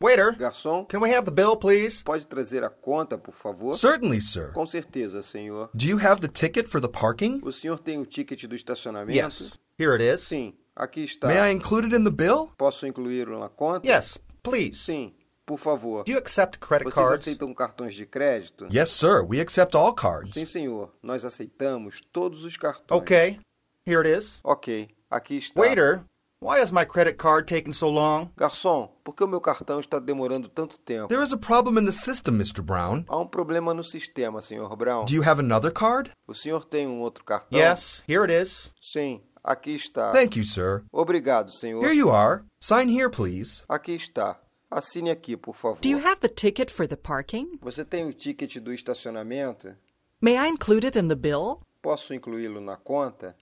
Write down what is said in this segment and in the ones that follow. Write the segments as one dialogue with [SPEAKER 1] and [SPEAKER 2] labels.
[SPEAKER 1] Waiter,
[SPEAKER 2] Garçom,
[SPEAKER 1] can we have the bill, please?
[SPEAKER 2] pode trazer a conta, por favor?
[SPEAKER 1] Certainly, sir.
[SPEAKER 2] Com certeza, senhor.
[SPEAKER 1] Do you have the ticket for the parking?
[SPEAKER 2] O senhor tem o ticket do estacionamento?
[SPEAKER 1] Yes. Here it is.
[SPEAKER 2] Sim, aqui está.
[SPEAKER 1] May I include it in the bill?
[SPEAKER 2] Posso incluí-lo na conta?
[SPEAKER 1] Yes, please.
[SPEAKER 2] Sim, por favor.
[SPEAKER 1] Do you accept credit
[SPEAKER 2] Vocês
[SPEAKER 1] cards?
[SPEAKER 2] aceitam cartões de crédito?
[SPEAKER 1] Yes, sir. We accept all
[SPEAKER 2] Sim,
[SPEAKER 1] cards.
[SPEAKER 2] senhor. Nós aceitamos todos os cartões.
[SPEAKER 1] Okay. Here it is.
[SPEAKER 2] Ok, aqui está.
[SPEAKER 1] Waiter, why is my credit card taking so long?
[SPEAKER 2] Garçom, por que o meu cartão está demorando tanto tempo?
[SPEAKER 1] There is a problem in the system, Mr. Brown.
[SPEAKER 2] Há um problema no sistema, senhor Brown.
[SPEAKER 1] you have another card?
[SPEAKER 2] O senhor tem um outro cartão?
[SPEAKER 1] Yes, here it is.
[SPEAKER 2] Sim, aqui está.
[SPEAKER 3] Thank you, sir.
[SPEAKER 2] Obrigado, senhor.
[SPEAKER 3] Here you are. Sign here, please.
[SPEAKER 2] Aqui está. Assine aqui, por favor.
[SPEAKER 4] Do you have the ticket for the parking?
[SPEAKER 2] Você tem o ticket do estacionamento?
[SPEAKER 4] May I include it in the bill?
[SPEAKER 2] Posso incluí-lo na conta?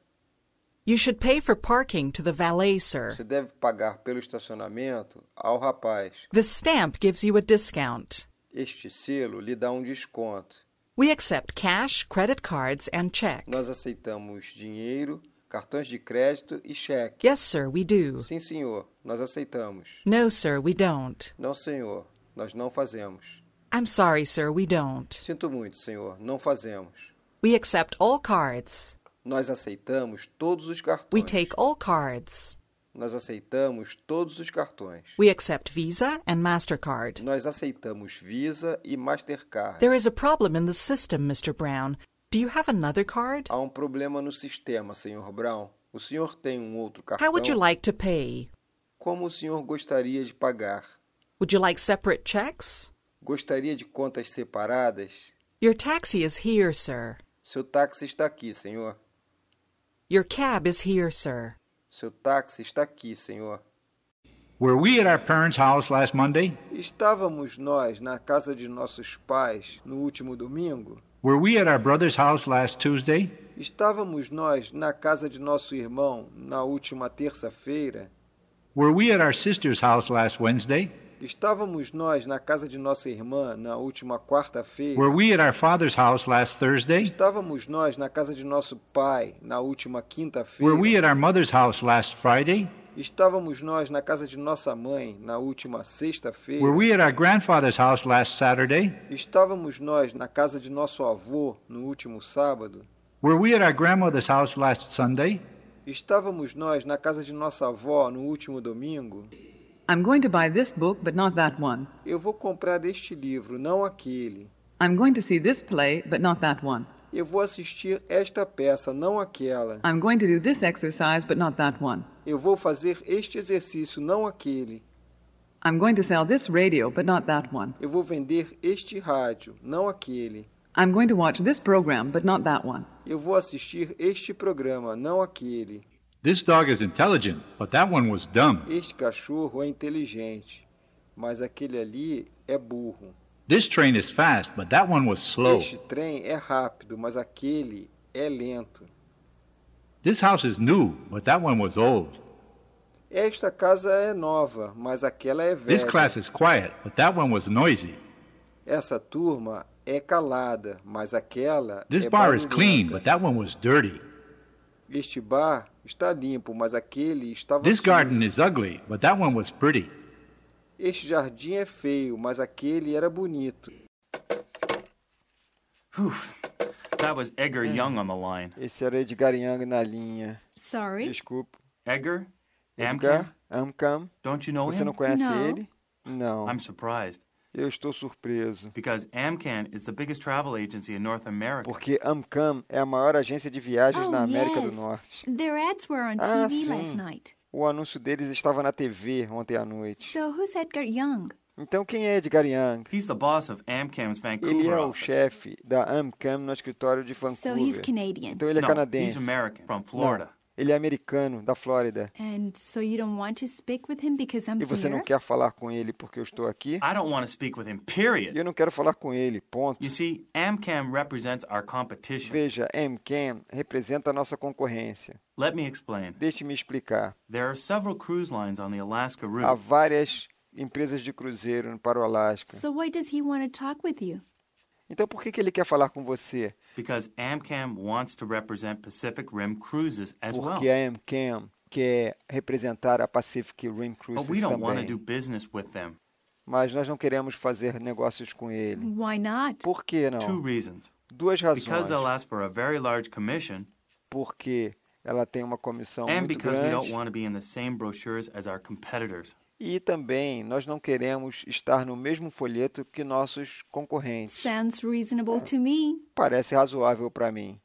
[SPEAKER 4] You should pay for parking to the valet, sir.
[SPEAKER 2] Você deve pagar pelo estacionamento ao rapaz.
[SPEAKER 4] The stamp gives you a discount.
[SPEAKER 2] Este selo lhe dá um desconto.
[SPEAKER 4] We accept cash, credit cards, and check.
[SPEAKER 2] Nós aceitamos dinheiro, cartões de crédito e cheque.
[SPEAKER 4] Yes, sir, we do.
[SPEAKER 2] Sim, senhor, nós aceitamos.
[SPEAKER 4] No, sir, we don't.
[SPEAKER 2] Não, senhor, nós não fazemos.
[SPEAKER 4] I'm sorry, sir, we don't.
[SPEAKER 2] Sinto muito, senhor, não fazemos.
[SPEAKER 4] We accept all cards.
[SPEAKER 2] Nós aceitamos todos os
[SPEAKER 4] We
[SPEAKER 2] cartões.
[SPEAKER 4] take all cards.
[SPEAKER 2] Nós aceitamos todos os cartões.
[SPEAKER 4] We accept Visa and MasterCard.
[SPEAKER 2] Nós aceitamos Visa e Mastercard.
[SPEAKER 4] There is a problem in the system, Mr. Brown. Do you have another card?
[SPEAKER 2] Há um problema no sistema, senhor Brown. O senhor tem um outro cartão?
[SPEAKER 4] How would you like to pay?
[SPEAKER 2] Como o senhor gostaria de pagar?
[SPEAKER 4] Would you like separate checks?
[SPEAKER 2] Gostaria de contas separadas?
[SPEAKER 4] Your taxi is here, sir.
[SPEAKER 2] Seu táxi está aqui, senhor.
[SPEAKER 4] Your cab is here, sir.
[SPEAKER 2] Seu táxi está aqui, senhor.
[SPEAKER 5] Were we at our parents' house last Monday?
[SPEAKER 2] Estávamos nós na casa de nossos pais no último domingo?
[SPEAKER 5] Were we at our brother's house last Tuesday?
[SPEAKER 2] Estávamos nós na casa de nosso irmão na última terça-feira?
[SPEAKER 5] Were we at our sister's house last Wednesday?
[SPEAKER 2] Estávamos nós na casa de nossa irmã na última quarta-feira?
[SPEAKER 5] Were we at our father's house last Thursday?
[SPEAKER 2] Estávamos nós na casa de nosso pai na última quinta-feira?
[SPEAKER 5] Were we at our mother's house last Friday?
[SPEAKER 2] Estávamos nós na casa de nossa mãe na última sexta-feira?
[SPEAKER 5] Were we at our grandfather's house last Saturday?
[SPEAKER 2] Estávamos nós na casa de nosso avô no último sábado?
[SPEAKER 5] Were we at our grandmother's house last Sunday?
[SPEAKER 2] Estávamos nós na casa de nossa avó no último domingo?
[SPEAKER 6] I'm going to buy this book, but not that one.
[SPEAKER 2] Eu vou comprar este livro, não aquele.
[SPEAKER 6] I'm going to see this play, but not that one.
[SPEAKER 2] Eu vou assistir esta peça, não aquela.
[SPEAKER 6] I'm going to do this exercise, but not that one.
[SPEAKER 2] Eu vou fazer este exercício, não aquele.
[SPEAKER 6] I'm going to sell this radio, but not that one.
[SPEAKER 2] Eu vou vender este rádio, não aquele.
[SPEAKER 6] I'm going to watch this program, but not that one.
[SPEAKER 2] Eu vou assistir este programa, não aquele.
[SPEAKER 5] This dog is intelligent, but that one was dumb.
[SPEAKER 2] Este cachorro é inteligente, mas aquele ali é burro.
[SPEAKER 5] This train is fast, but that one was slow.
[SPEAKER 2] Este trem é rápido, mas aquele é lento.
[SPEAKER 5] This house is new, but that one was old.
[SPEAKER 2] Esta casa é nova, mas aquela é velha.
[SPEAKER 5] This class is quiet, but that one was noisy.
[SPEAKER 2] Essa turma é calada, mas aquela
[SPEAKER 5] This
[SPEAKER 2] é
[SPEAKER 5] bar is
[SPEAKER 2] barulhenta.
[SPEAKER 5] clean, but that one was dirty.
[SPEAKER 2] Este bar está limpo, mas aquele estava
[SPEAKER 5] This
[SPEAKER 2] sujo.
[SPEAKER 5] garden is ugly, but that one was pretty.
[SPEAKER 2] Este jardim é feio, mas aquele era bonito.
[SPEAKER 7] That was Edgar Young on the line.
[SPEAKER 2] Esse era Edgar Young na linha.
[SPEAKER 8] Sorry.
[SPEAKER 2] Desculpa.
[SPEAKER 7] Edgar? Amcam?
[SPEAKER 2] Edgar Amcam.
[SPEAKER 7] Don't you know
[SPEAKER 2] Você
[SPEAKER 7] him?
[SPEAKER 2] não conhece
[SPEAKER 8] Não.
[SPEAKER 2] ele? Não.
[SPEAKER 7] I'm surprised
[SPEAKER 2] Eu estou surpreso.
[SPEAKER 7] because Amcan is the biggest travel agency in North America.
[SPEAKER 2] Porque Amcam é a maior agência de viagens
[SPEAKER 8] Oh,
[SPEAKER 2] na América do
[SPEAKER 8] yes.
[SPEAKER 2] Norte.
[SPEAKER 8] Their ads were on
[SPEAKER 2] Ah,
[SPEAKER 8] TV
[SPEAKER 2] sim.
[SPEAKER 8] last night.
[SPEAKER 2] O anúncio deles estava na TV ontem à noite.
[SPEAKER 8] So who's Edgar Young?
[SPEAKER 2] Então quem é Edgar Young?
[SPEAKER 7] He's the boss of Amcam's Vancouver
[SPEAKER 2] Ele é o
[SPEAKER 7] office.
[SPEAKER 2] chefe da Amcam no escritório de
[SPEAKER 8] So he's
[SPEAKER 2] Vancouver.
[SPEAKER 8] Canadian.
[SPEAKER 2] Então ele é
[SPEAKER 7] no,
[SPEAKER 2] canadense.
[SPEAKER 7] He's American from
[SPEAKER 2] Não,
[SPEAKER 7] Florida.
[SPEAKER 2] ele é americano, da Flórida.
[SPEAKER 8] And so you don't want to speak with him because I'm
[SPEAKER 2] E você
[SPEAKER 8] here?
[SPEAKER 2] não quer falar com ele porque eu estou aqui?
[SPEAKER 7] I don't want to speak with him,
[SPEAKER 2] E
[SPEAKER 7] period.
[SPEAKER 2] eu não quero falar com ele, ponto.
[SPEAKER 7] You see, Amcam represents our competition.
[SPEAKER 2] Veja, Amcam representa a nossa concorrência.
[SPEAKER 7] Let me explain.
[SPEAKER 2] Deixe-me explicar.
[SPEAKER 7] There are several cruise lines on the Alaska route.
[SPEAKER 2] Há várias empresas de cruzeiro para o Alasca.
[SPEAKER 8] So why does he want to talk with you?
[SPEAKER 2] Então por que, que ele quer falar com você?
[SPEAKER 7] Because AmCam wants to represent Pacific Rim cruises as well.
[SPEAKER 2] Porque a Amcam quer representar a Pacific Rim
[SPEAKER 7] But
[SPEAKER 2] Cruises
[SPEAKER 7] we don't want to
[SPEAKER 2] também.
[SPEAKER 7] do business with them.
[SPEAKER 2] mas nós não queremos fazer negócios com ele.
[SPEAKER 8] Why not?
[SPEAKER 2] Por que
[SPEAKER 7] Two
[SPEAKER 2] não?
[SPEAKER 7] reasons.
[SPEAKER 2] Duas
[SPEAKER 7] Because they'll
[SPEAKER 2] razões.
[SPEAKER 7] ask for a very large commission,
[SPEAKER 2] Porque ela tem uma comissão
[SPEAKER 7] and
[SPEAKER 2] muito
[SPEAKER 7] because we don't
[SPEAKER 2] grande
[SPEAKER 7] want to be in the same brochures as our competitors.
[SPEAKER 2] e também nós não queremos estar no mesmo folheto que nossos concorrentes.
[SPEAKER 8] Sounds reasonable to me.
[SPEAKER 2] Parece razoável para mim.